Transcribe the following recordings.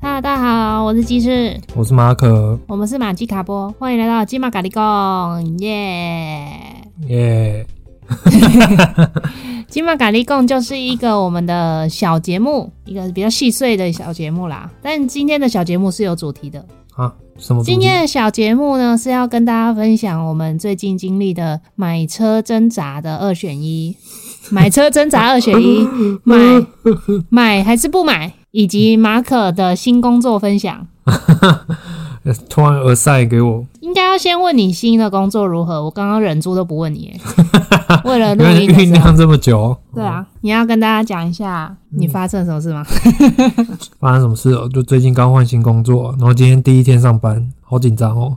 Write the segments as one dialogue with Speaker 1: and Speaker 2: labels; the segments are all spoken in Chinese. Speaker 1: Hello，大家好，我是鸡翅，
Speaker 2: 我是马可，
Speaker 1: 我们是马吉卡波，欢迎来到金马咖喱贡，耶、
Speaker 2: 耶、
Speaker 1: 金马咖喱贡就是一个我们的小节目，一个比较细碎的小节目啦。但今天的小节目是有主题的，
Speaker 2: 啊！什么主题？
Speaker 1: 今天的小节目呢是要跟大家分享我们最近经历的买车挣扎的二选一，买车挣扎二选 一，买买还是不买，以及马可的新工作分享。
Speaker 2: 呃突然耳塞给我，
Speaker 1: 应该要先问你新的工作如何，我刚刚忍住都不问你 耶，为了录
Speaker 2: 原来
Speaker 1: 音的
Speaker 2: 酝
Speaker 1: 时候。
Speaker 2: 酿这么久，
Speaker 1: 对啊，你要跟大家讲一下你发生了什么事吗？
Speaker 2: 嗯发生什么事了？就最近刚换新工作，然后今天第一天上班，好紧 张哦。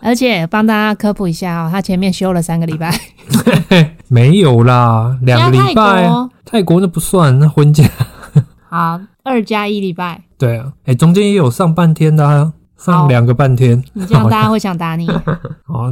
Speaker 1: 而且帮大家科普一下哦，他前面休了三个礼拜，
Speaker 2: 没有啦， 两个礼
Speaker 1: 要泰
Speaker 2: 拜，啊
Speaker 1: 国
Speaker 2: 泰国那不算，那婚假。
Speaker 1: 好二加一礼拜，
Speaker 2: 对啊，哎、中间也有上半天的、啊，
Speaker 1: 好
Speaker 2: 上两个半天。
Speaker 1: 你这样大家会想打你。
Speaker 2: 啊，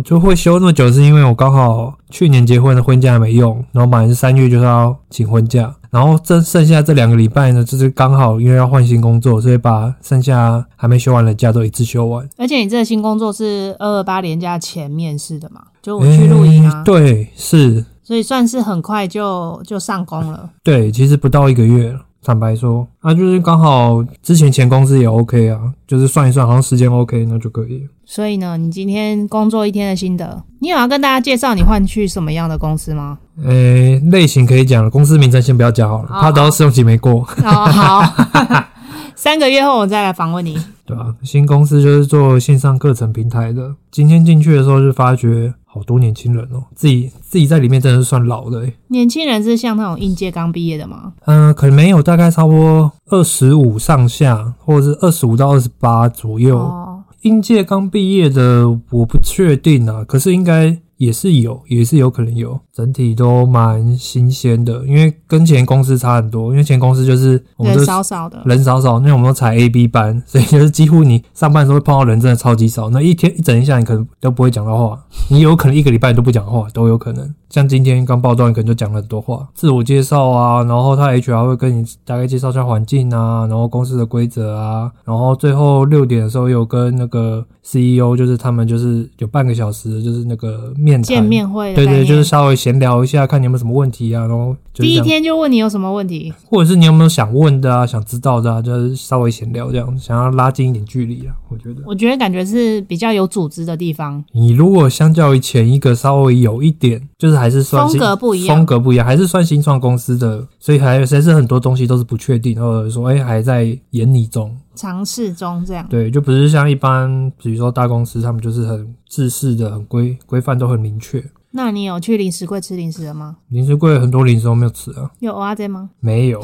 Speaker 2: 就会休那么久，是因为我刚好去年结婚的婚假还没用，然后马上三月就是要请婚假，然后这剩下这两个礼拜呢，就是刚好因为要换新工作，所以把剩下还没休完的假都一次休完。
Speaker 1: 而且你这个新工作是二二八连假前面试的嘛？就我去露营啊
Speaker 2: 诶，哎对，是，
Speaker 1: 所以算是很快就就上工了。
Speaker 2: 对，其实不到一个月了。坦白说，啊，就是刚好之前前公司也 OK 啊，就是算一算，好像时间 OK，那就可以了。
Speaker 1: 所以呢，你今天工作一天的心得，你有要跟大家介绍你换去什么样的公司吗？
Speaker 2: 诶、哎类型可以讲了，公司名称先不要讲好了，
Speaker 1: 好
Speaker 2: 怕到试用期没过。
Speaker 1: 哦，好， 三个月后我再来访问你。
Speaker 2: 对啊，新公司就是做线上课程平台的。今天进去的时候就发觉好多年轻人哦，自己自己在里面真的是算老的诶。
Speaker 1: 年轻人是像那种应届刚毕业的吗？
Speaker 2: 嗯、可能没有，大概差不多二十五上下，或者是二十五到二十八左右。
Speaker 1: 哦，
Speaker 2: 应届刚毕业的我不确定啊，可是应该也是有，也是有可能有。整体都蛮新鲜的，因为跟前公司差很多。因为前公司就是我们
Speaker 1: 人
Speaker 2: 都是
Speaker 1: 少少的。
Speaker 2: 人少少，因为我们都采 A、B 班， 所以就是几乎你上班的时候会碰到人真的超级少。那一天一整一下，你可能都不会讲到话， 你有可能一个礼拜都不讲话都有可能。像今天刚报道，你可能就讲了很多话，自我介绍啊，然后他 HR 会跟你大概介绍一下环境啊，然后公司的规则啊，然后最后六点的时候有跟那个 CEO，就是他们就是有半个小时，就是那个面谈
Speaker 1: 见，面会的
Speaker 2: 对
Speaker 1: 概念
Speaker 2: 对，就是稍微闲聊一下，看你有没有什么问题啊，然后就是
Speaker 1: 第一
Speaker 2: 这样
Speaker 1: 天就问你有什么问题，
Speaker 2: 或者是你有没有想问的啊、想知道的啊，就是稍微闲聊这样，想要拉近一点距离啊。我觉得
Speaker 1: 我觉得感觉是比较有组织的地方，
Speaker 2: 你如果相较于前一个稍微有一点，就是还是算
Speaker 1: 风
Speaker 2: 新
Speaker 1: 格不一样
Speaker 2: 风格不一样，还是算新创公司的，所以还还是很多东西都是不确定，或者说哎、还在眼里中。
Speaker 1: 尝试中这样。
Speaker 2: 对，就不是像一般，比如说大公司，他们就是很制式的、很规规范都很明确。
Speaker 1: 那你有去零食柜吃零食了吗？
Speaker 2: 零食柜很多零食都没有吃啊，
Speaker 1: 有蚵仔煎吗？
Speaker 2: 没有，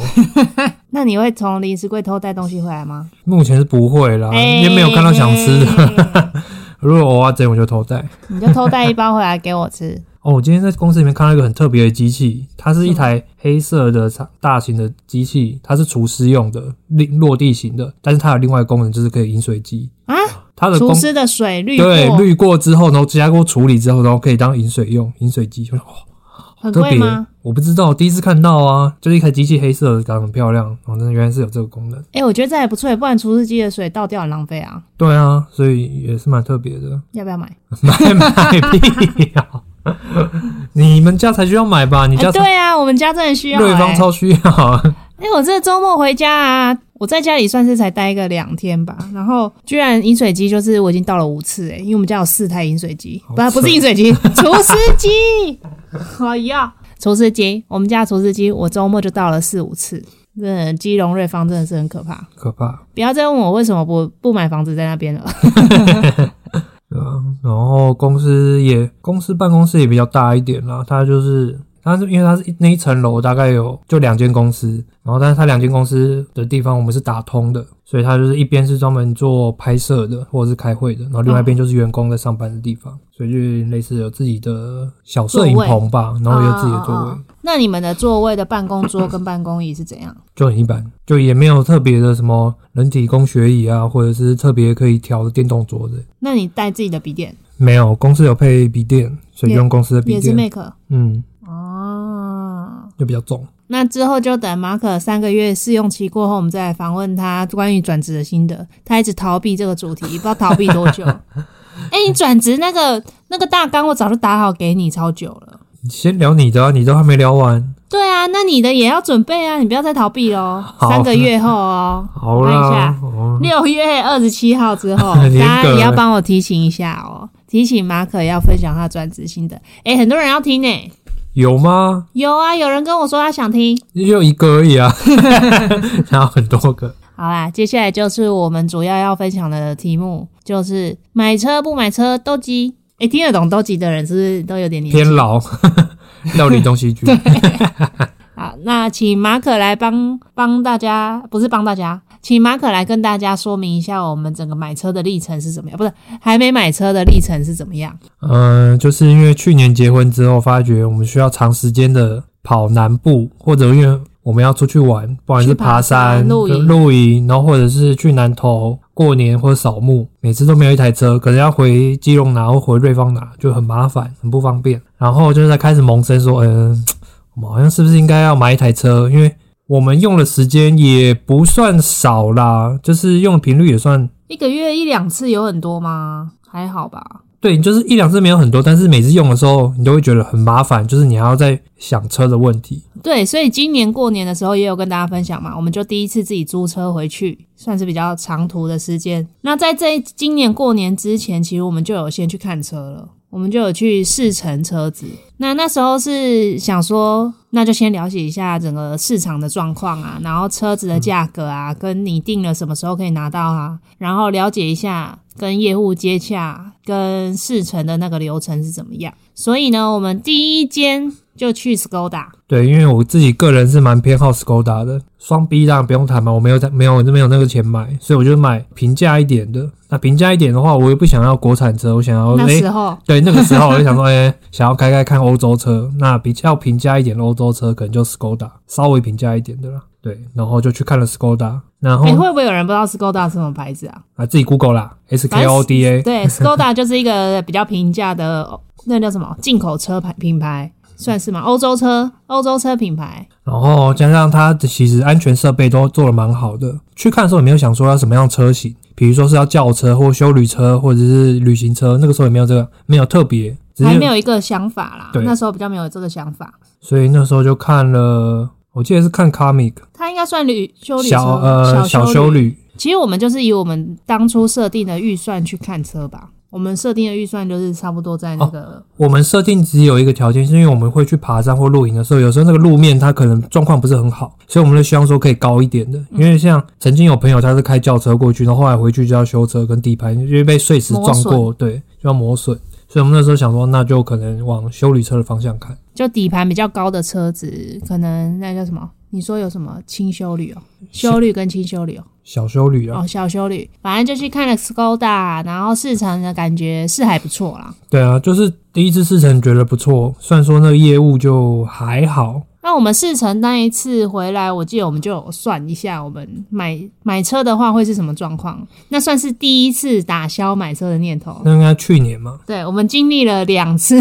Speaker 1: 那你会从零食柜偷带东西回来吗？
Speaker 2: 目前是不会 啦，
Speaker 1: 哎
Speaker 2: 啊因为没有看到想吃的。 如果偶尔这样我就偷带。
Speaker 1: 你就偷带一包回来给我吃。
Speaker 2: 哦，我今天在公司里面看到一个很特别的机器，它
Speaker 1: 嗯
Speaker 2: 是一台黑色的长大型的机器，它是厨师用的，另落地型的，但是它有另外一个功能就是可以饮水机
Speaker 1: 啊，
Speaker 2: 它的
Speaker 1: 厨
Speaker 2: 功
Speaker 1: 师的水滤
Speaker 2: 对
Speaker 1: 过，
Speaker 2: 滤过之后，然后加过处理之后，然后可以当饮水用饮水机，哇、
Speaker 1: 很
Speaker 2: 特
Speaker 1: 贵
Speaker 2: 别
Speaker 1: 吗？？
Speaker 2: 我不知道，第一次看到啊，就是一台机器黑色的，长得很漂亮，哦，那原来是有这个功能。
Speaker 1: 哎、我觉得这还不错，不然厨师机的水倒掉很浪费啊。
Speaker 2: 对啊，所以也是蛮特别的。
Speaker 1: 要不要买？
Speaker 2: 买买屁呀、 你们家才需要买吧？你
Speaker 1: 哎、
Speaker 2: 家才、
Speaker 1: 对啊，我们家真的需要、
Speaker 2: 瑞芳
Speaker 1: 哎、
Speaker 2: 超需要 啊。
Speaker 1: 哎、我这周末回家啊，我在家里算是才待个两天吧，然后居然饮水机就是我已经倒了五次哎、因为我们家有四台饮水机，
Speaker 2: 好
Speaker 1: 不不是
Speaker 2: 扯
Speaker 1: 饮水机，厨师机， 哎呀，厨师机，我们家厨师机我周末就倒了四五次，真的基隆瑞芳真的是很可怕，
Speaker 2: 可怕，
Speaker 1: 不要再问我为什么不不买房子在那边了。
Speaker 2: 对啊。然后公司也公司办公室也比较大一点啦，它就是它是因为它是一那一层楼大概有就两间公司，然后但是它两间公司的地方我们是打通的，所以它就是一边是专门做拍摄的或者是开会的，然后另外一边就是员工在上班的地方，所以就类似有自己的小摄影棚吧，然后也有自己的座位。
Speaker 1: 哦哦哦那你们的座位的办公桌跟办公椅是怎样？
Speaker 2: 就很一般，就也没有特别的什么人体工学椅啊，或者是特别可以调的电动桌子，
Speaker 1: 那你带自己的笔电
Speaker 2: 没有。公司有配笔电，所以
Speaker 1: 也
Speaker 2: 用公司的笔
Speaker 1: 也是
Speaker 2: 电。
Speaker 1: Mac
Speaker 2: 嗯，
Speaker 1: 哦。
Speaker 2: 就比较重。
Speaker 1: 那之后就等马可三个月试用期过后，我们再来访问他关于转职的心得。他一直逃避这个主题，不知道逃避多 久。哎、你转职那个那个大纲，我早就打好给你，超久了。
Speaker 2: 你先聊你的、啊，你都还没聊完。
Speaker 1: 对啊，那你的也要准备啊，你不要再逃避喽。
Speaker 2: 好
Speaker 1: 三个月后哦，
Speaker 2: 好
Speaker 1: 看一
Speaker 2: 啦
Speaker 1: 下，
Speaker 2: 哦，
Speaker 1: 六月二十七号之 后，
Speaker 2: 很严格
Speaker 1: 大家也要帮我提醒一下哦，提醒马可要分享他转职心得。哎、很多人要听呢、
Speaker 2: 有吗？
Speaker 1: 有啊，有人跟我说他想听。
Speaker 2: 就一个而 已啊， 然后很多个。
Speaker 1: 好啦，接下来就是我们主要要分享的题目，就是买车不买车斗鸡。诶、听得懂斗鸡的人是不是都有点年纪？
Speaker 2: 偏 老， 料理东西局。
Speaker 1: 好，那请马可来帮帮大家，不是帮大家，请马可来跟大家说明一下我们整个买车的历程是怎么样，不是还没买车的历程是怎么样？
Speaker 2: 嗯、就是因为去年结婚之后，发觉我们需要长时间的跑南部，或者因为我们要出去玩，不管是
Speaker 1: 去爬山
Speaker 2: 山、
Speaker 1: 露营
Speaker 2: 露营，然后或者是去南投过年或者扫墓，每次都没有一台车，可能要回基隆拿或回瑞芳拿，就很麻烦，很不方便。然后就是在开始萌生说，嗯、我们好像是不是应该要买一台车？因为我们用的时间也不算少啦，就是用的频率也算
Speaker 1: 一个月一两次有很多吗？还好吧。
Speaker 2: 对，就是一两次没有很多，但是每次用的时候，你都会觉得很麻烦，就是你还要再想车的问题。
Speaker 1: 对，所以今年过年的时候也有跟大家分享嘛，我们就第一次自己租车回去，算是比较长途的时间。那在这一今年过年之前，其实我们就有先去看车了，我们就有去试乘车子。那那时候是想说，那就先了解一下整个市场的状况啊，然后车子的价格啊，跟你定了什么时候可以拿到啊，然后了解一下跟业务接洽、跟试乘的那个流程是怎么样。所以呢，我们第一间就去 Skoda。
Speaker 2: 对，因为我自己个人是蛮偏好 Skoda 的，双 B 当然不用谈嘛，我没有在没有没有那个钱买，所以我就买平价一点的。那平价一点的话，我又不想要国产车，我想要
Speaker 1: 那
Speaker 2: 哦诶
Speaker 1: 时候，
Speaker 2: 对，那个时候我就想说， 哎、想要开开看欧洲车，那比较平价一点的欧洲车，可能就 Skoda，稍微平价一点的啦。对，然后就去看了 Skoda，然后
Speaker 1: 哎、会不会有人不知道 Skoda 是什么牌子啊？
Speaker 2: 啊自己 Google 啦，S K
Speaker 1: 反正
Speaker 2: O D A，
Speaker 1: 对 ，Skoda 就是一个比较平价的，那叫什么进口车牌品牌，算是吗？欧洲车，欧洲车品牌。
Speaker 2: 然后加上它的其实安全设备都做的蛮好的。去看的时候也没有想说要什么样的车型，比如说是要轿车或修旅车或者是旅行车，那个时候也没有这个，没有特别，只
Speaker 1: 还没
Speaker 2: 是
Speaker 1: 有一个想法啦
Speaker 2: 对，
Speaker 1: 那时候比较没有这个想法。
Speaker 2: 所以那时候就看了，我记得是看 Comic
Speaker 1: 它应该算旅修旅车
Speaker 2: 小呃
Speaker 1: 小
Speaker 2: 修
Speaker 1: 旅。
Speaker 2: 旅，
Speaker 1: 其实我们就是以我们当初设定的预算去看车吧。我们设定的预算就是差不多在
Speaker 2: 哦
Speaker 1: 那个、
Speaker 2: 我们设定只有一个条件，是因为我们会去爬山或露营的时候，有时候那个路面它可能状况不是很好，所以我们就希望说可以高一点的。因为像曾经有朋友他是开轿车过去，然后后来回去就要修车跟底盘，因为被碎石撞过，对，就要磨损。所以我们那时候想说，那就可能往修理车的方向看。
Speaker 1: 就底盘比较高的车子，可能那叫什么？你说有什么轻修旅哦，修旅跟轻修旅哦。
Speaker 2: 小修旅啊，
Speaker 1: 哦，小修旅，反正就去看了 Skoda，然后试乘的感觉是还不错啦。
Speaker 2: 对啊，就是第一次试乘觉得不错，虽然说那个业务就还好，
Speaker 1: 那我们试乘那一次回来，我记得我们就有算一下，我们买买车的话会是什么状况？那算是第一次打消买车的念头。
Speaker 2: 那应该去年嘛，
Speaker 1: 对，我们经历了两次，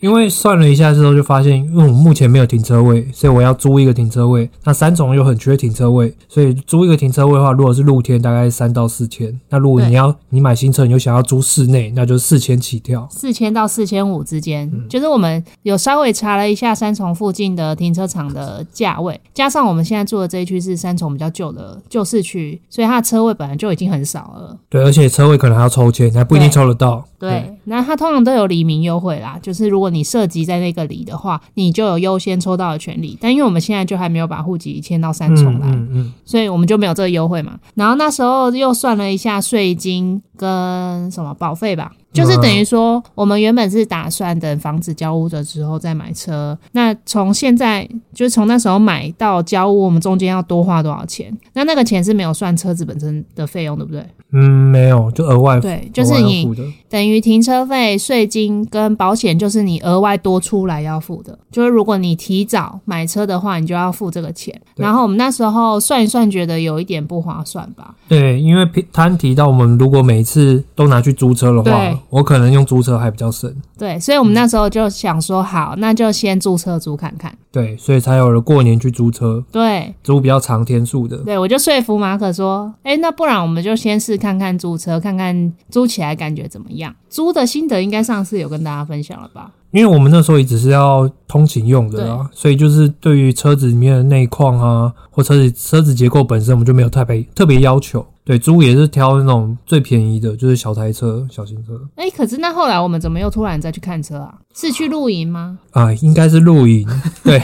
Speaker 2: 因为算了一下之后，就发现，因为我目前没有停车位，所以我要租一个停车位。那三总又很缺停车位，所以租一个停车位的话，如果是露天，大概三到四千。那如果
Speaker 1: 对
Speaker 2: 你要你买新车，你又想要租室内，那就是四千起跳。
Speaker 1: 四千到四千五之间，就是我们有稍微查了一下三重附近的停车场的价位，加上我们现在住的这一区是三重比较旧的旧市区，所以它的车位本来就已经很少了。
Speaker 2: 对，而且车位可能还要抽签，你还不一定
Speaker 1: 对
Speaker 2: 抽得到。
Speaker 1: 对，那它通常都有黎明优惠啦，就是如果你涉及在那个里的话，你就有优先抽到的权利。但因为我们现在就还没有把户籍迁到三
Speaker 2: 嗯
Speaker 1: 重
Speaker 2: 嗯
Speaker 1: 来，
Speaker 2: 嗯嗯，
Speaker 1: 所以我们就没有这个优惠嘛。然后那时候又算了一下税金跟什么保费吧，
Speaker 2: 嗯
Speaker 1: 就是等于说我们原本是打算等房子交屋的时候再买车，那从现在就是从那时候买到交屋，我们中间要多花多少钱？那那个钱是没有算车子本身的费用，对不对？
Speaker 2: 嗯没有，就额外
Speaker 1: 对，就
Speaker 2: 额
Speaker 1: 是
Speaker 2: 呃外要
Speaker 1: 你
Speaker 2: 付的
Speaker 1: 等于停车费、税金跟保险，就是你额外多出来要付的。就是如果你提早买车的话，你就要付这个钱。
Speaker 2: 对
Speaker 1: 然后我们那时候算一算，觉得有一点不划算吧。
Speaker 2: 对，因为平摊提到我们如果每次都拿去租车的话
Speaker 1: 对，
Speaker 2: 我可能用租车还比较省，
Speaker 1: 对，所以我们那时候就想说，好，那就先注册租看看。
Speaker 2: 对，所以才有了过年去租车，
Speaker 1: 对，
Speaker 2: 租比较长天数的。
Speaker 1: 对我就说服马可说，哎，那不然我们就先试看看租车，看看租起来感觉怎么样。租的心得应该上次有跟大家分享了吧？
Speaker 2: 因为我们那时候也只是要通勤用的啊，所以就是对于车子里面的内况啊，或车子车子结构本身，我们就没有特别特别要求。对，租也是挑那种最便宜的，就是小台车、小型车
Speaker 1: 哎，可是那后来我们怎么又突然再去看车啊？是去露营吗？
Speaker 2: 啊，应该是露营。对，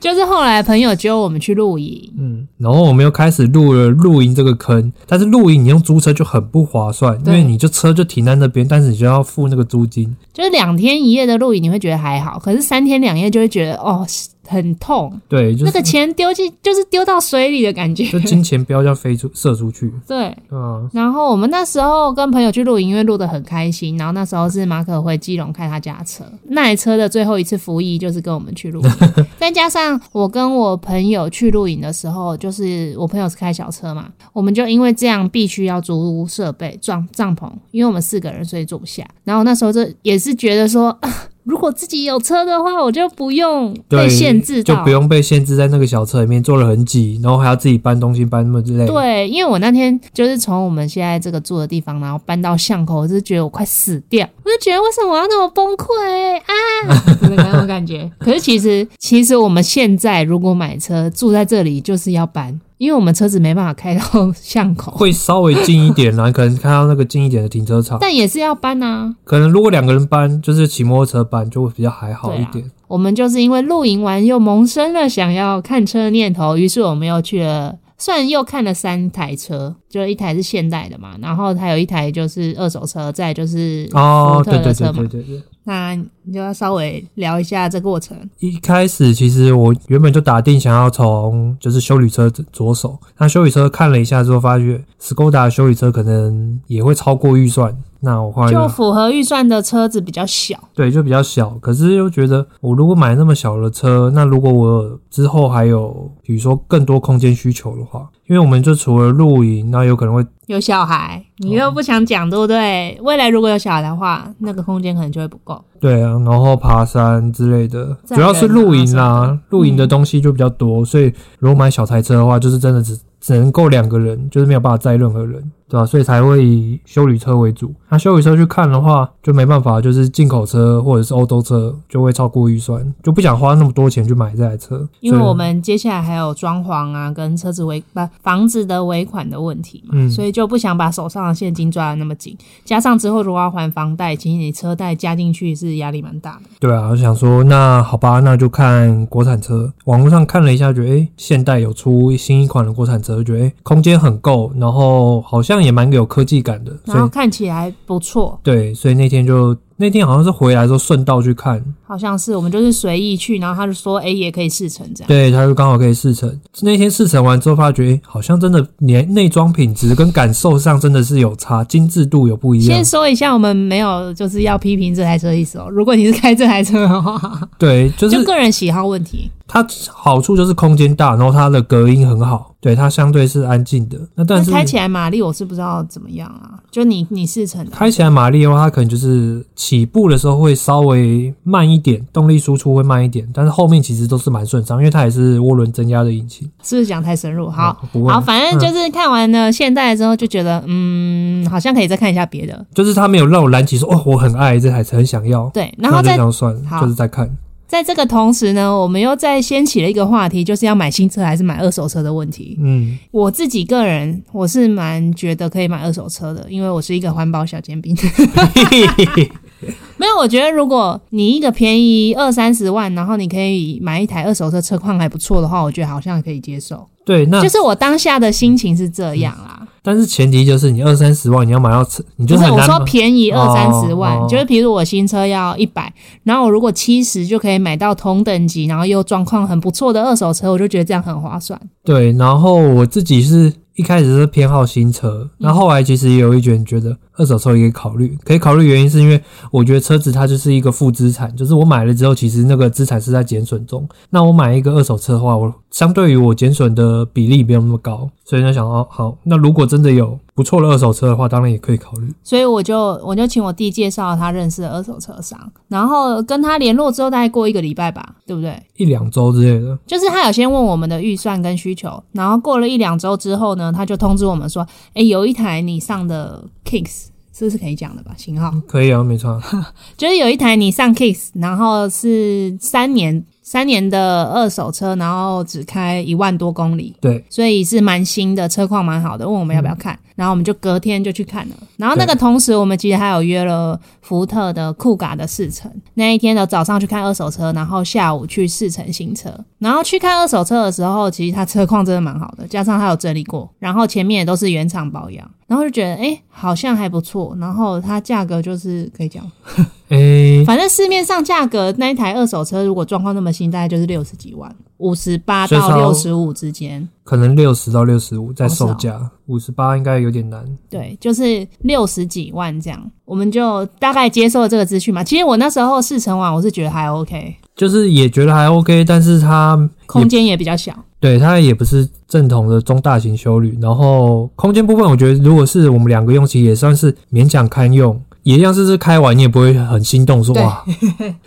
Speaker 1: 就是后来朋友揪我们去露营，
Speaker 2: 嗯，然后我们又开始入了露营这个坑，但是露营你用租车就很不划算，因
Speaker 1: 对
Speaker 2: 为你就车就停在那边，但是你就要付那个租金。
Speaker 1: 就是两天一夜的露营，你会觉得还好，可是三天两夜就会觉得哦很痛，
Speaker 2: 对，就
Speaker 1: 那
Speaker 2: 是、
Speaker 1: 个钱丢进就是丢到水里的感觉。
Speaker 2: 就金钱不要这样飞出射出 去。
Speaker 1: 对，
Speaker 2: 嗯，
Speaker 1: 然后我们那时候跟朋友去露营，因为露得很开心。然后那时候是马可回基隆开他家车，那台车的最后一次服役就是跟我们去露 营。再加上我跟我朋友去露营的时候，就是我朋友是开小车嘛，我们就因为这样必须要租设备、帐帐篷，因为我们四个人所以住不下。然后那时候这也是觉得说。啊如果自己有车的话，我就不用被
Speaker 2: 对
Speaker 1: 限制
Speaker 2: 就
Speaker 1: 到，
Speaker 2: 不用被限制在那个小车里面坐得很挤，然后还要自己搬东西搬那么之类的。
Speaker 1: 对，因为我那天就是从我们现在这个住的地方，然后搬到巷口，我就觉得我快死掉，我就觉得为什么我要那么崩溃啊？就是那种感觉。可是其实，其实我们现在如果买车住在这里，就是要搬，因为我们车子没办法开到 巷口，
Speaker 2: 会稍微近一点啦，可能看到那个近一点的停车场，
Speaker 1: 但也是要搬啊。
Speaker 2: 可能如果两个人搬，就是骑摩托车搬，就会比较还好一点。
Speaker 1: 我们就是因为露营完又萌生了想要看车的念头，于是我们又去了，算又看了三台车，就一台是现代的嘛，然后还有一台就是二手车，再来就是
Speaker 2: 哦
Speaker 1: 福，特
Speaker 2: 对对
Speaker 1: 的车
Speaker 2: 对
Speaker 1: 嘛。
Speaker 2: 对对对。
Speaker 1: 那你就要稍微聊一下这过程。
Speaker 2: 一开始其实我原本就打定想要从就是修理车着手，那修理车看了一下之后，发觉 Skoda 的修理车可能也会超过预算，那我后来
Speaker 1: 就
Speaker 2: 就
Speaker 1: 符合预算的车子比较小，
Speaker 2: 对就比较小，可是又觉得我如果买那么小的车，那如果我之后还有比如说更多空间需求的话，因为我们就除了露营，那有可能会
Speaker 1: 有小孩，你又不想讲，对不对？未来如果有小孩的话，那个空间可能就会不够。
Speaker 2: 对啊，然后爬山之类的，
Speaker 1: 载
Speaker 2: 主要是露营啦、
Speaker 1: 人啊
Speaker 2: 露营的
Speaker 1: 嗯
Speaker 2: 东西就比较多，所以如果买小台车的话，就是真的只只能够两个人，就是没有办法载任何人，对吧、所以才会以修理车为主。那修理车去看的话，就没办法，就是进口车或者是欧洲车就会超过预算，就不想花那么多钱去买这台车，
Speaker 1: 因为
Speaker 2: 所以
Speaker 1: 我们接下来还有装潢啊，跟车子尾不房子的尾款的问题嘛，
Speaker 2: 嗯
Speaker 1: 所以就不想把手上的现金抓的那么紧。加上之后如果要还房贷，其实你车贷加进去是压力蛮大的。
Speaker 2: 对啊，我想说那好吧，那就看国产车。网络上看了一下，觉得诶、现代有出新一款的国产车，觉得、诶空间很够，然后好像也蛮有科技感的，所
Speaker 1: 然后
Speaker 2: 以
Speaker 1: 看起来不错，
Speaker 2: 对，所以那天就那天好像是回来的时候顺道去看，
Speaker 1: 好像是我们就是随意去，然后他就说，哎、也可以试乘这样。
Speaker 2: 对，他就刚好可以试乘。那天试乘完之后，发觉、诶好像真的连内装品质跟感受上真的是有差，精致度有不一样
Speaker 1: 先。说一下，我们没有就是要批评这台车的意思哦。如果你是开这台车的话，
Speaker 2: 对，就是
Speaker 1: 就个人喜好问题。
Speaker 2: 它好处就是空间大，然后它的隔音很好，对，它相对是安静的。那但
Speaker 1: 但
Speaker 2: 是
Speaker 1: 开起来马力我是不知道怎么样啊。就你你试乘的，
Speaker 2: 开起来马力的话，它可能就是起步的时候会稍微慢一点，动力输出会慢一点，但是后面其实都是蛮顺畅，因为它也是涡轮增压的引擎。
Speaker 1: 是不是讲太深入？好。
Speaker 2: 嗯不问
Speaker 1: 好，，反正就是看完了现代之后，就觉得嗯，好像可以再看一下别的。
Speaker 2: 就是它没有让我燃起说哦，我很爱这台车，很想要。
Speaker 1: 对，然后
Speaker 2: 那就
Speaker 1: 在
Speaker 2: 这样算了，
Speaker 1: 好
Speaker 2: 就是在看。
Speaker 1: 在这个同时呢，我们又再掀起了一个话题，就是要买新车还是买二手车的问题。
Speaker 2: 嗯，
Speaker 1: 我自己个人，我是蛮觉得可以买二手车的，因为我是一个环保小 尖兵。没有，我觉得如果你一个便宜二三十万，然后你可以买一台二手车，车况还不错的话，我觉得好像可以接受。
Speaker 2: 对，那
Speaker 1: 就是我当下的心情是这样啦，
Speaker 2: 但是前提就是你二三十万，你要买到车，你就
Speaker 1: 不是
Speaker 2: 很
Speaker 1: 我
Speaker 2: 难
Speaker 1: 说
Speaker 2: 买。
Speaker 1: 便宜二三十万，
Speaker 2: 哦哦
Speaker 1: 就是比如我新车要一百，然后我如果七十就可以买到同等级，然后又状况很不错的二手车，我就觉得这样很划算。
Speaker 2: 呃对，然后我自己是一开始是偏好新车，然后后来其实也有一卷觉得，二手车也可以考虑。可以考虑原因是因为我觉得车子它就是一个负资产，就是我买了之后，其实那个资产是在减损中。那我买一个二手车的话，我相对于我减损的比例没有那么高，所以呢想哦好，那如果真的有不错的二手车的话，当然也可以考虑。
Speaker 1: 所以我就我就请我弟介绍他认识的二手车商，然后跟他联络之后，大概过一个礼拜吧，对不对？
Speaker 2: 一两周之类的，
Speaker 1: 就是他有先问我们的预算跟需求，然后过了一两周之后呢，他就通知我们说，哎、有一台你上的 Kicks，这是可以讲的吧？型号
Speaker 2: 可以啊，没错啊。
Speaker 1: 就是有一台你上 Kicks，然后是三年三年的二手车，然后只开一万多公里，
Speaker 2: 对，
Speaker 1: 所以是蛮新的，车况蛮好的，问我们要不要看，
Speaker 2: 嗯
Speaker 1: 然后我们就隔天就去看了。然后那个同时，我们其实还有约了福特的酷嘎的试乘，那一天的早上去看二手车，然后下午去试乘新车。然后去看二手车的时候，其实它车况真的蛮好的，加上它有整理过，然后前面也都是原厂保养，然后就觉得诶好像还不错。然后它价格就是可以讲，
Speaker 2: 诶、
Speaker 1: 反正市面上价格那一台二手车如果状况那么新，大概就是六十几万，五十八
Speaker 2: 所以
Speaker 1: 到
Speaker 2: 它
Speaker 1: 六十五之间。
Speaker 2: 可能六十到六十五在
Speaker 1: 好少
Speaker 2: 售价，五十八应该有点难。
Speaker 1: 对，就是六十几万这样，我们就大概接受了这个资讯嘛。其实我那时候试乘完，我是觉得还 OK，
Speaker 2: 就是也觉得还 OK，但是它
Speaker 1: 空间也比较小。
Speaker 2: 对它也不是正统的中大型修旅，然后空间部分，我觉得如果是我们两个用，其实也算是勉强堪用，也一样是是开完你也不会很心动，说
Speaker 1: 对
Speaker 2: 哇，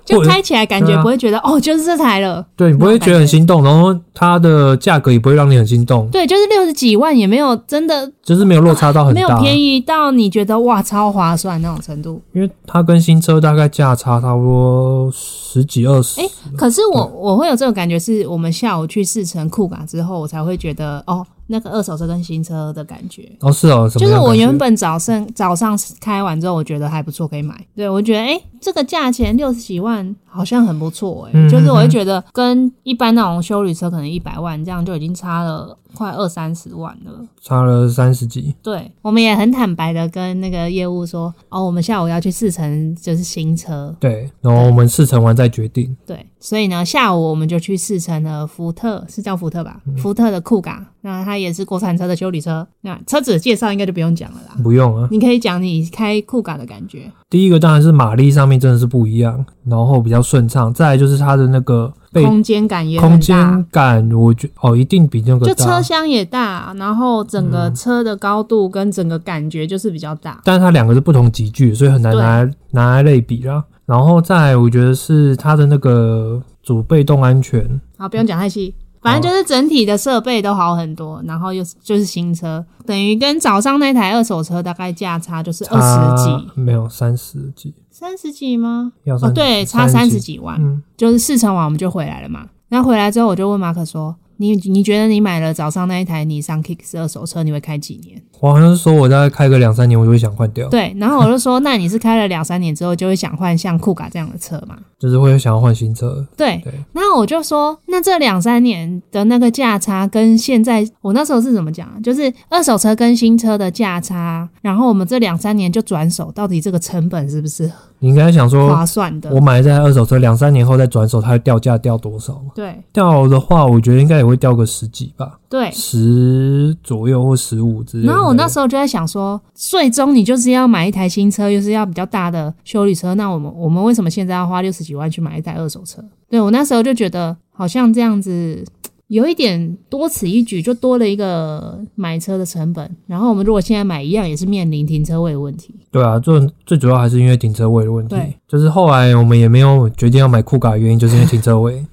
Speaker 1: 就
Speaker 2: 或者
Speaker 1: 开起来感觉
Speaker 2: 对啊
Speaker 1: 不会觉得、哦，就是这台了。
Speaker 2: 对你不
Speaker 1: 那种
Speaker 2: 会
Speaker 1: 感
Speaker 2: 觉得很
Speaker 1: 觉
Speaker 2: 心动，然后它的价格也不会让你很心动，
Speaker 1: 对，就是六十几万也没有真的
Speaker 2: 就是没有落差到很
Speaker 1: 没有
Speaker 2: 大，
Speaker 1: 便宜到你觉得哇超划算那种程度。
Speaker 2: 因为它跟新车大概价差差不多十几二十，
Speaker 1: 诶可是我
Speaker 2: 嗯
Speaker 1: 我会有这种感觉，是我们下午去试乘酷港之后，我才会觉得哦，那个二手车跟新车的感觉。
Speaker 2: 哦是哦，什么
Speaker 1: 就是
Speaker 2: 样
Speaker 1: 我
Speaker 2: 感觉
Speaker 1: 原本早上早上开完之后，我觉得还不错，可以买。对我觉得，哎、这个价钱六十几万好像很不错、哎、
Speaker 2: 嗯
Speaker 1: 就是我
Speaker 2: 嗯
Speaker 1: 会
Speaker 2: 嗯
Speaker 1: 觉得跟一般那种修理车可能一百万这样就已经差了快二三十万了。
Speaker 2: 差了三十几，
Speaker 1: 对，我们也很坦白的跟那个业务说，哦，我们下午要去试乘，就是新车。
Speaker 2: 对，然后我们试乘完再决定，
Speaker 1: 对，所以呢，下午我们就去试乘了福特，是叫福特吧？
Speaker 2: 嗯
Speaker 1: 福特的酷嘎，那它也是国产车的修理车。那车子的介绍应该就不用讲了啦。
Speaker 2: 不用啊。
Speaker 1: 你可以讲你开酷感的感觉，
Speaker 2: 第一个当然是马力上面真的是不一样，然后比较顺畅。再来就是它的那个被
Speaker 1: 空间感也
Speaker 2: 空
Speaker 1: 很
Speaker 2: 间
Speaker 1: 大，
Speaker 2: 感，我觉哦一定比那个
Speaker 1: 就
Speaker 2: 大
Speaker 1: 车，厢也大，然后整个车的高度跟整个感觉就是比较大。
Speaker 2: 但是它两个是不同级距，所以很难
Speaker 1: 对
Speaker 2: 拿来拿来类比啦。然后再来我觉得是它的那个主被动安全，
Speaker 1: 好，不用讲太细，反正就是整体的设备都好很多，然后又是就是新车，等于跟早上那台二手车大概价差就是二十几
Speaker 2: 差、没有三十几，
Speaker 1: 三十几吗？
Speaker 2: 要
Speaker 1: 哦，
Speaker 2: 三
Speaker 1: 对，差三十，几万。
Speaker 2: 嗯，
Speaker 1: 就是试乘完我们就回来了嘛。那回来之后，我就问马可说：“你你觉得你买了早上那一台尼桑 Kicks 二手车，你会开几年？”
Speaker 2: 我好像是说我大概开个两三年，我就会想换掉，
Speaker 1: 对，然后我就说，那你是开了两三年之后就会想换像酷卡这样的车嘛？
Speaker 2: 就是会想要换新车。
Speaker 1: 对
Speaker 2: 对，
Speaker 1: 然后我就说，那这两三年的那个价差跟现在，我那时候是怎么讲啊？就是二手车跟新车的价差，然后我们这两三年就转手，到底这个成本是不是
Speaker 2: 你应该想说，
Speaker 1: 划算的？
Speaker 2: 我买一台二手车，两三年后再转手，它会掉价掉多少吗？
Speaker 1: 对
Speaker 2: 掉的话，我觉得应该也会掉个十几吧，
Speaker 1: 对。
Speaker 2: 十左右或十五之类的。
Speaker 1: 然后我那时候就在想说，最终你就是要买一台新车，又是要比较大的修理车，那我们我们为什么现在要花六十几万去买一台二手车？对我那时候就觉得好像这样子。有一点多此一举，就多了一个买车的成本。然后我们如果现在买一样，也是面临停车位的问题。
Speaker 2: 对啊，最最主要还是因为停车位的问题
Speaker 1: 对。
Speaker 2: 就是后来我们也没有决定要买酷卡的原因，就是因为停 车位。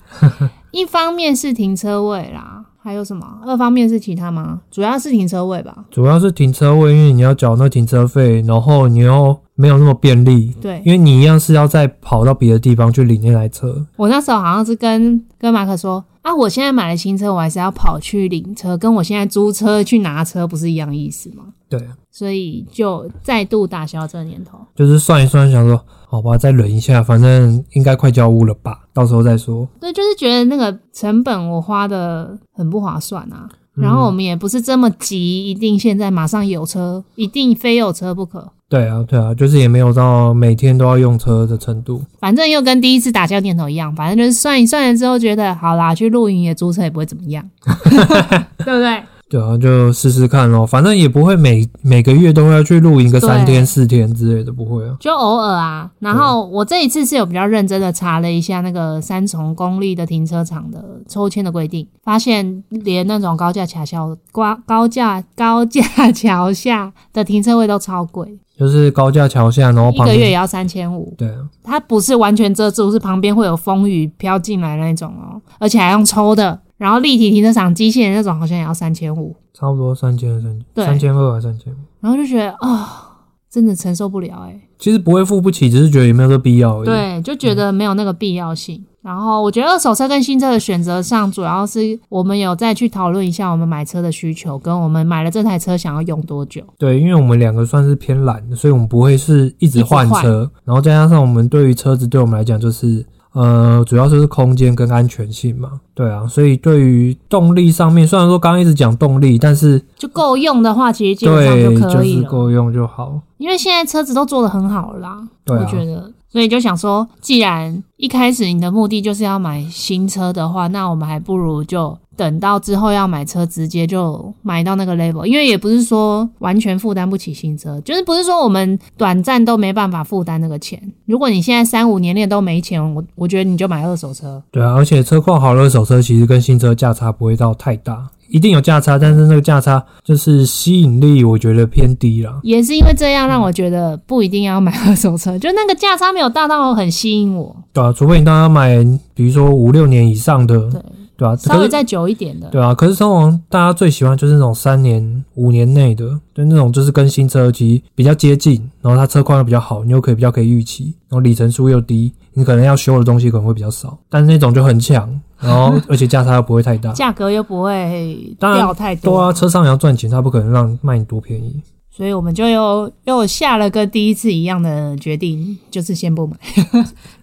Speaker 1: 一方面是停车位啦，还有什么？二方面是其他吗？主要是停车位吧。
Speaker 2: 主要是停车位，因为你要缴那停车费，然后你又没有那么便利，
Speaker 1: 对，
Speaker 2: 因为你一样是要再跑到别的地方去领那台车。
Speaker 1: 我那时候好像是跟跟马可说啊，我现在买了新车，我还是要跑去领车，跟我现在租车去拿车不是一样意思吗？
Speaker 2: 对，啊
Speaker 1: 所以就再度打消这个念头。
Speaker 2: 就是算一算，想说好吧，再忍一下，反正应该快交屋了吧，到时候再说。
Speaker 1: 对，就是觉得那个成本我花的很不划算啊。
Speaker 2: 嗯
Speaker 1: 然后我们也不是这么急，一定现在马上有车，一定非有车不可。
Speaker 2: 对啊，对啊，就是也没有到每天都要用车的程度。
Speaker 1: 反正又跟第一次打消念头一样，反正 就是算一算了之后，觉得好啦，去露营也租车也不会怎么样，对不对？
Speaker 2: 对啊，就试试看咯，反正也不会每每个月都要去露营个三
Speaker 1: 对
Speaker 2: 天四天之类的，不会啊。
Speaker 1: 就偶尔啊。然后我这一次是有比较认真的查了一下那个三重公立的停车场的抽签的规定，发现连那种高架桥下高高架高架桥下的停车位都超贵，
Speaker 2: 就是高架桥下，然后
Speaker 1: 一
Speaker 2: 哦旁
Speaker 1: 个月也
Speaker 2: 边
Speaker 1: 要三千五。
Speaker 2: 对啊，
Speaker 1: 它不是完全遮住，是旁边会有风雨飘进来那种哦，而且还用抽的。然后立体停车场机械的那种好像也要三千五，
Speaker 2: 差不多三千三
Speaker 1: 对
Speaker 2: 千三千二还三千。
Speaker 1: 然后就觉得啊、真的承受不了哎、
Speaker 2: 其实不会付不起，只是觉得有没有这个必要而已。，
Speaker 1: 对，就觉得没有那个必要性。然后我觉得二手车跟新车的选择上，主要是我们有再去讨论一下我们买车的需求，跟我们买了这台车想要用多久。
Speaker 2: 对，因为我们两个算是偏懒的，所以我们不会是一直换
Speaker 1: 一直换
Speaker 2: 车，然后再加上我们对于车子对我们来讲就是呃，主要就是空间跟安全性嘛，对啊，所以对于动力上面，虽然说刚刚一直讲动力，但是
Speaker 1: 就够用的话，其实基本上
Speaker 2: 对
Speaker 1: 可
Speaker 2: 就
Speaker 1: 以
Speaker 2: 是
Speaker 1: 了，
Speaker 2: 够用就好，
Speaker 1: 因为现在车子都做得很好了啦。
Speaker 2: 对
Speaker 1: 我
Speaker 2: 啊，
Speaker 1: 觉得，所以就想说，既然一开始你的目的就是要买新车的话，那我们还不如就等到之后要买车，直接就买到那个 level，因为也不是说完全负担不起新车，就是不是说我们短暂都没办法负担那个钱。如果你现在三五年内都没钱，我我觉得你就买二手车。
Speaker 2: 对啊，而且车况好的二手车其实跟新车价差不会到太大，一定有价差，但是那个价差就是吸引力，我觉得偏低啦。
Speaker 1: 也是因为这样，让我觉得不一定要买二手车，就那个价差没有大到很吸引我。
Speaker 2: 对啊，除非你当然买，比如说五六年以上的，
Speaker 1: 对
Speaker 2: 对啊，
Speaker 1: 稍
Speaker 2: 可
Speaker 1: 微
Speaker 2: 是
Speaker 1: 再久一点的，
Speaker 2: 对啊，可是通常大家最喜欢就是那种三年、五年内的，就那种就是跟新车其实比较接近，然后它车况又比较好，你又可以比较可以预期，然后里程数又低，你可能要修的东西可能会比较少，但是那种就很抢，然后而且价差又不会太大。
Speaker 1: 价格又不会
Speaker 2: 当然
Speaker 1: 掉太多。
Speaker 2: 对啊，车商也要赚钱，他不可能让卖你多便宜。
Speaker 1: 所以我们就又又下了跟第一次一样的决定，就是先不买。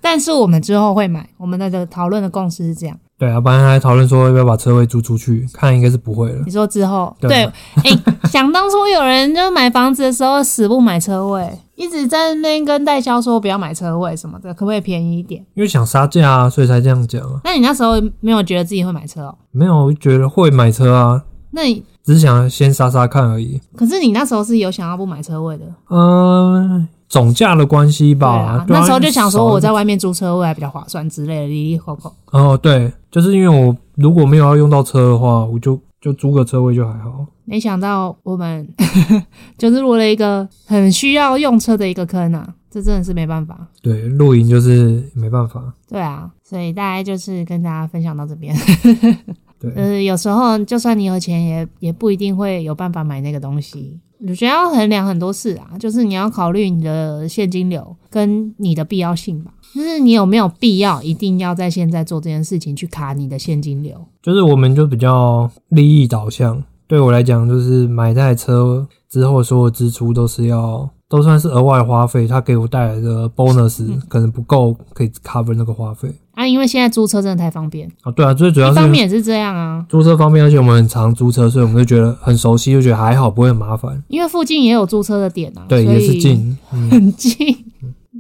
Speaker 1: 但是我们之后会买，我们那个讨论的共识是这样。
Speaker 2: 对啊，不然还讨论说要不要把车位租出去，看应该是不会了。
Speaker 1: 你说之后，
Speaker 2: 对啊
Speaker 1: 对，哎、想当初有人就买房子的时候死不买车位，一直在那边跟代销说不要买车位什么的，可不可以便宜一点？
Speaker 2: 因为想杀价啊，所以才这样讲啊。
Speaker 1: 那你那时候没有觉得自己会买车哦？
Speaker 2: 没有觉得会买车啊，
Speaker 1: 那你
Speaker 2: 只是想先杀杀看而已。
Speaker 1: 可是你那时候是有想要不买车位的，
Speaker 2: 嗯，总价的关系吧。
Speaker 1: 啊，
Speaker 2: 对啊
Speaker 1: 那时候就想说
Speaker 2: 少
Speaker 1: 我在外面租车位还比较划算之类的，里里口口。
Speaker 2: 哦，对，就是因为我如果没有要用到车的话，我就就租个车位就还好。
Speaker 1: 没想到我们 就是入了一个很需要用车的一个坑啊，这真的是没办法。
Speaker 2: 对，露营就是没办法。
Speaker 1: 对啊，所以大概就是跟大家分享到这边。
Speaker 2: 对，
Speaker 1: 呃，有时候就算你有钱也，也不一定会有办法买那个东西。我觉得要衡量很多事啊，就是你要考虑你的现金流跟你的必要性吧，就是你有没有必要一定要在现在做这件事情去卡你的现金流。
Speaker 2: 就是我们就比较利益导向。对我来讲，就是买台车之后，所有支出都是要都算是额外花费，它给我带来的 bonus、可
Speaker 1: 嗯
Speaker 2: 能不够可以 cover 那个花费
Speaker 1: 啊，因为现在租车真的太方便，
Speaker 2: 啊。对啊，最主要
Speaker 1: 一
Speaker 2: 是
Speaker 1: 方面也是这样啊，
Speaker 2: 租车方面，而且我们很常租车，所以我们就觉得很熟悉，就觉得还好，不会很麻烦。
Speaker 1: 因为附近也有租车的点啊，
Speaker 2: 对，
Speaker 1: 所
Speaker 2: 也是
Speaker 1: 以
Speaker 2: 近，嗯，
Speaker 1: 很近，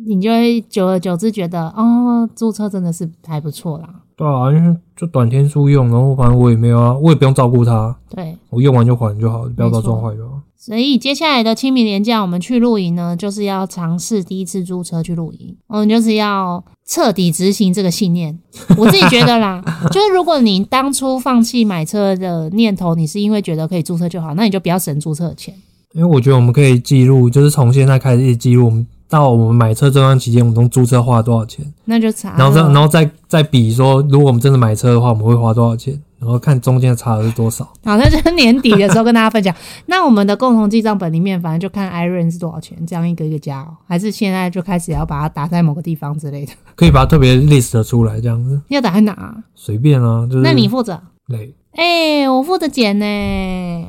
Speaker 1: 你就会久而久之觉得，哦，租车真的是还不错啦。
Speaker 2: 对啊，因为就短天数用，然后反正我也没有啊，我也不用照顾它，
Speaker 1: 对，
Speaker 2: 我用完就还就好，不要到
Speaker 1: 没错
Speaker 2: 撞坏就好。
Speaker 1: 所以接下来的清明年假，我们去露营呢，就是要尝试第一次租车去露营，我们就是要彻底执行这个信 念。我自己觉得啦，就是如果你当初放弃买车的念头，你是因为觉得可以租车就好，那你就不要省租车的钱。
Speaker 2: 因为我觉得我们可以记录，就是从现在开始一直记录我们。到我们买车这段期间，我们从租车花了多少钱？
Speaker 1: 那就查了，
Speaker 2: 然后再然后再再比说，如果我们真的买车的话，我们会花多少钱？然后看中间的差额是多少。
Speaker 1: 好，那就是年底的时候跟大家分享。 那我们的共同记账本里面，反正就看 Iron 是多少钱，这样一个一个加哦。还是现在就开始要把它打在某个地方之类的？
Speaker 2: 可以把它特别 list 出来，这样子
Speaker 1: 要打在哪啊？
Speaker 2: 随便啊，就是
Speaker 1: 那你负责？
Speaker 2: 累
Speaker 1: 哎、我负责减呢、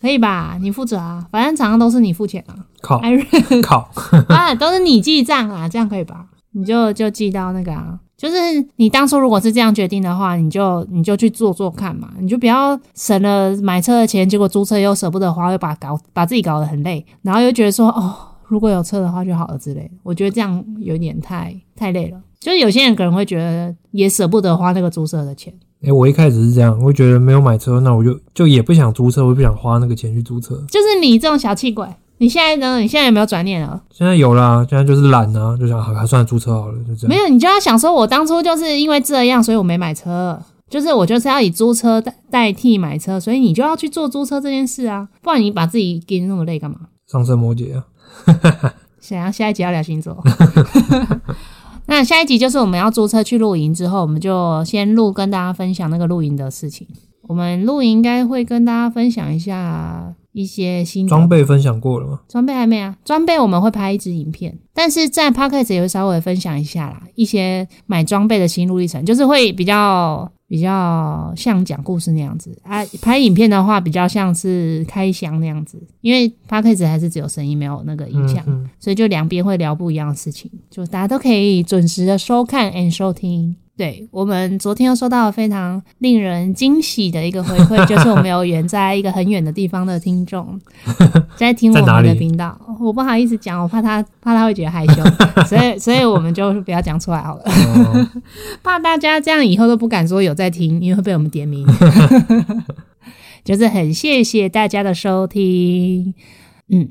Speaker 1: 可以吧？你负责啊，反正常常都是你付钱啊
Speaker 2: 靠
Speaker 1: ，Iron
Speaker 2: 靠，
Speaker 1: 啊，都是你记账啊，这样可以吧？你就就记到那个啊。就是你当初如果是这样决定的话，你就你就去做做看嘛，你就不要省了买车的钱，结果租车又舍不得花，又把搞把自己搞得很累，然后又觉得说哦，如果有车的话就好了之类的。我觉得这样有点太太累了。就是有些人可能会觉得也舍不得花那个租车的钱，
Speaker 2: 诶、哎我一开始是这样，我会觉得没有买车，那我就就也不想租车，我也不想花那个钱去租车。
Speaker 1: 就是你这种小气鬼，你现在呢？你现在有没有转念了？
Speaker 2: 现在有啦，现在就是懒啊，就想好，还算了租车好了，就这样。
Speaker 1: 没有，你就要想说，我当初就是因为这样，所以我没买车。就是我就是要以租车代代替买车，所以你就要去做租车这件事啊，不然你把自己给那么累干嘛？
Speaker 2: 上升摩羯啊，
Speaker 1: 想要下一集要聊星座。 那下一集就是我们要租车去露营之后，我们就先录跟大家分享那个露营的事情。我们露营应该会跟大家分享一下一些新的
Speaker 2: 装备分享过了吗？
Speaker 1: 装备还没啊，装备我们会拍一支影片，但是在 p o c k e t 也会稍微分享一下啦，一些买装备的心路历程，就是会比较比较像讲故事那样子啊。拍影片的话，比较像是开箱那样子，因为 p o c k e t 还是只有声音没有那个影像，
Speaker 2: 嗯嗯
Speaker 1: 所以就两边会聊不一样的事情，就大家都可以准时的收看 and 收听。对我们昨天又收到了非常令人惊喜的一个回馈，就是我们有远在一个很远的地方的听众在听我
Speaker 2: 在哪
Speaker 1: 们
Speaker 2: 里
Speaker 1: 的频道，我不好意思讲，我怕他怕他会觉得害羞，所以所以我们就不要讲出来好了，
Speaker 2: 哦
Speaker 1: 怕大家这样以后都不敢说有在听，因为会被我们点名。就是很谢谢大家的收听，嗯，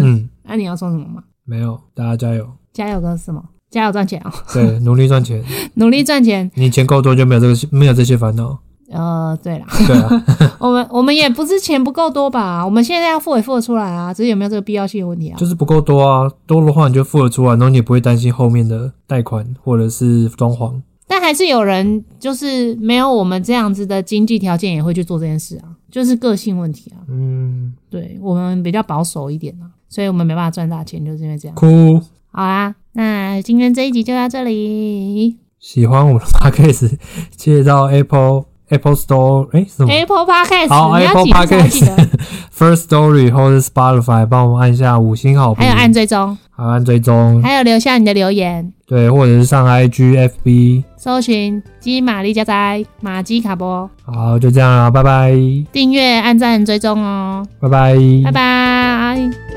Speaker 2: 嗯，
Speaker 1: 那、你要说什么吗？
Speaker 2: 没有，大家加油，
Speaker 1: 加油哥是什么？加油赚钱哦，
Speaker 2: 对，努力赚钱，
Speaker 1: 努力赚钱。
Speaker 2: 你钱够多就没有这个没有这些烦恼，
Speaker 1: 呃，对啦，
Speaker 2: 对啊，
Speaker 1: 我们我们也不是钱不够多吧？我们现在要付也付得出来啊，只是有没有这个必要性的问题啊
Speaker 2: 就。是不够多啊，多的话你就付得出啊来，然后你也不会担心后面的贷款或者是装潢，
Speaker 1: 但还是有人就是没有我们这样子的经济条件也会去做这件事啊，就是个性问题啊。
Speaker 2: 嗯，
Speaker 1: 对我们比较保守一点啊，所以我们没办法赚大钱，就是因为这样。
Speaker 2: 哭。
Speaker 1: 好啦，那今天这一集就到这里。
Speaker 2: 喜欢我们的 podcast，记 得到 Apple Apple Store，哎、是什么
Speaker 1: Apple Podcast，
Speaker 2: 好
Speaker 1: 你要
Speaker 2: Apple
Speaker 1: 记得要记得，
Speaker 2: First Story 或是 Spotify 帮我们按下五星好评，
Speaker 1: 还有按追踪，
Speaker 2: 还有按追踪，
Speaker 1: 还有留下你的留言，
Speaker 2: 对，或者是上 IG FB。
Speaker 1: 搜寻基玛丽家宅马基卡波，
Speaker 2: 啊好，就这样啦，拜拜，
Speaker 1: 订阅、按赞、追踪哦。
Speaker 2: 拜拜，
Speaker 1: 拜拜。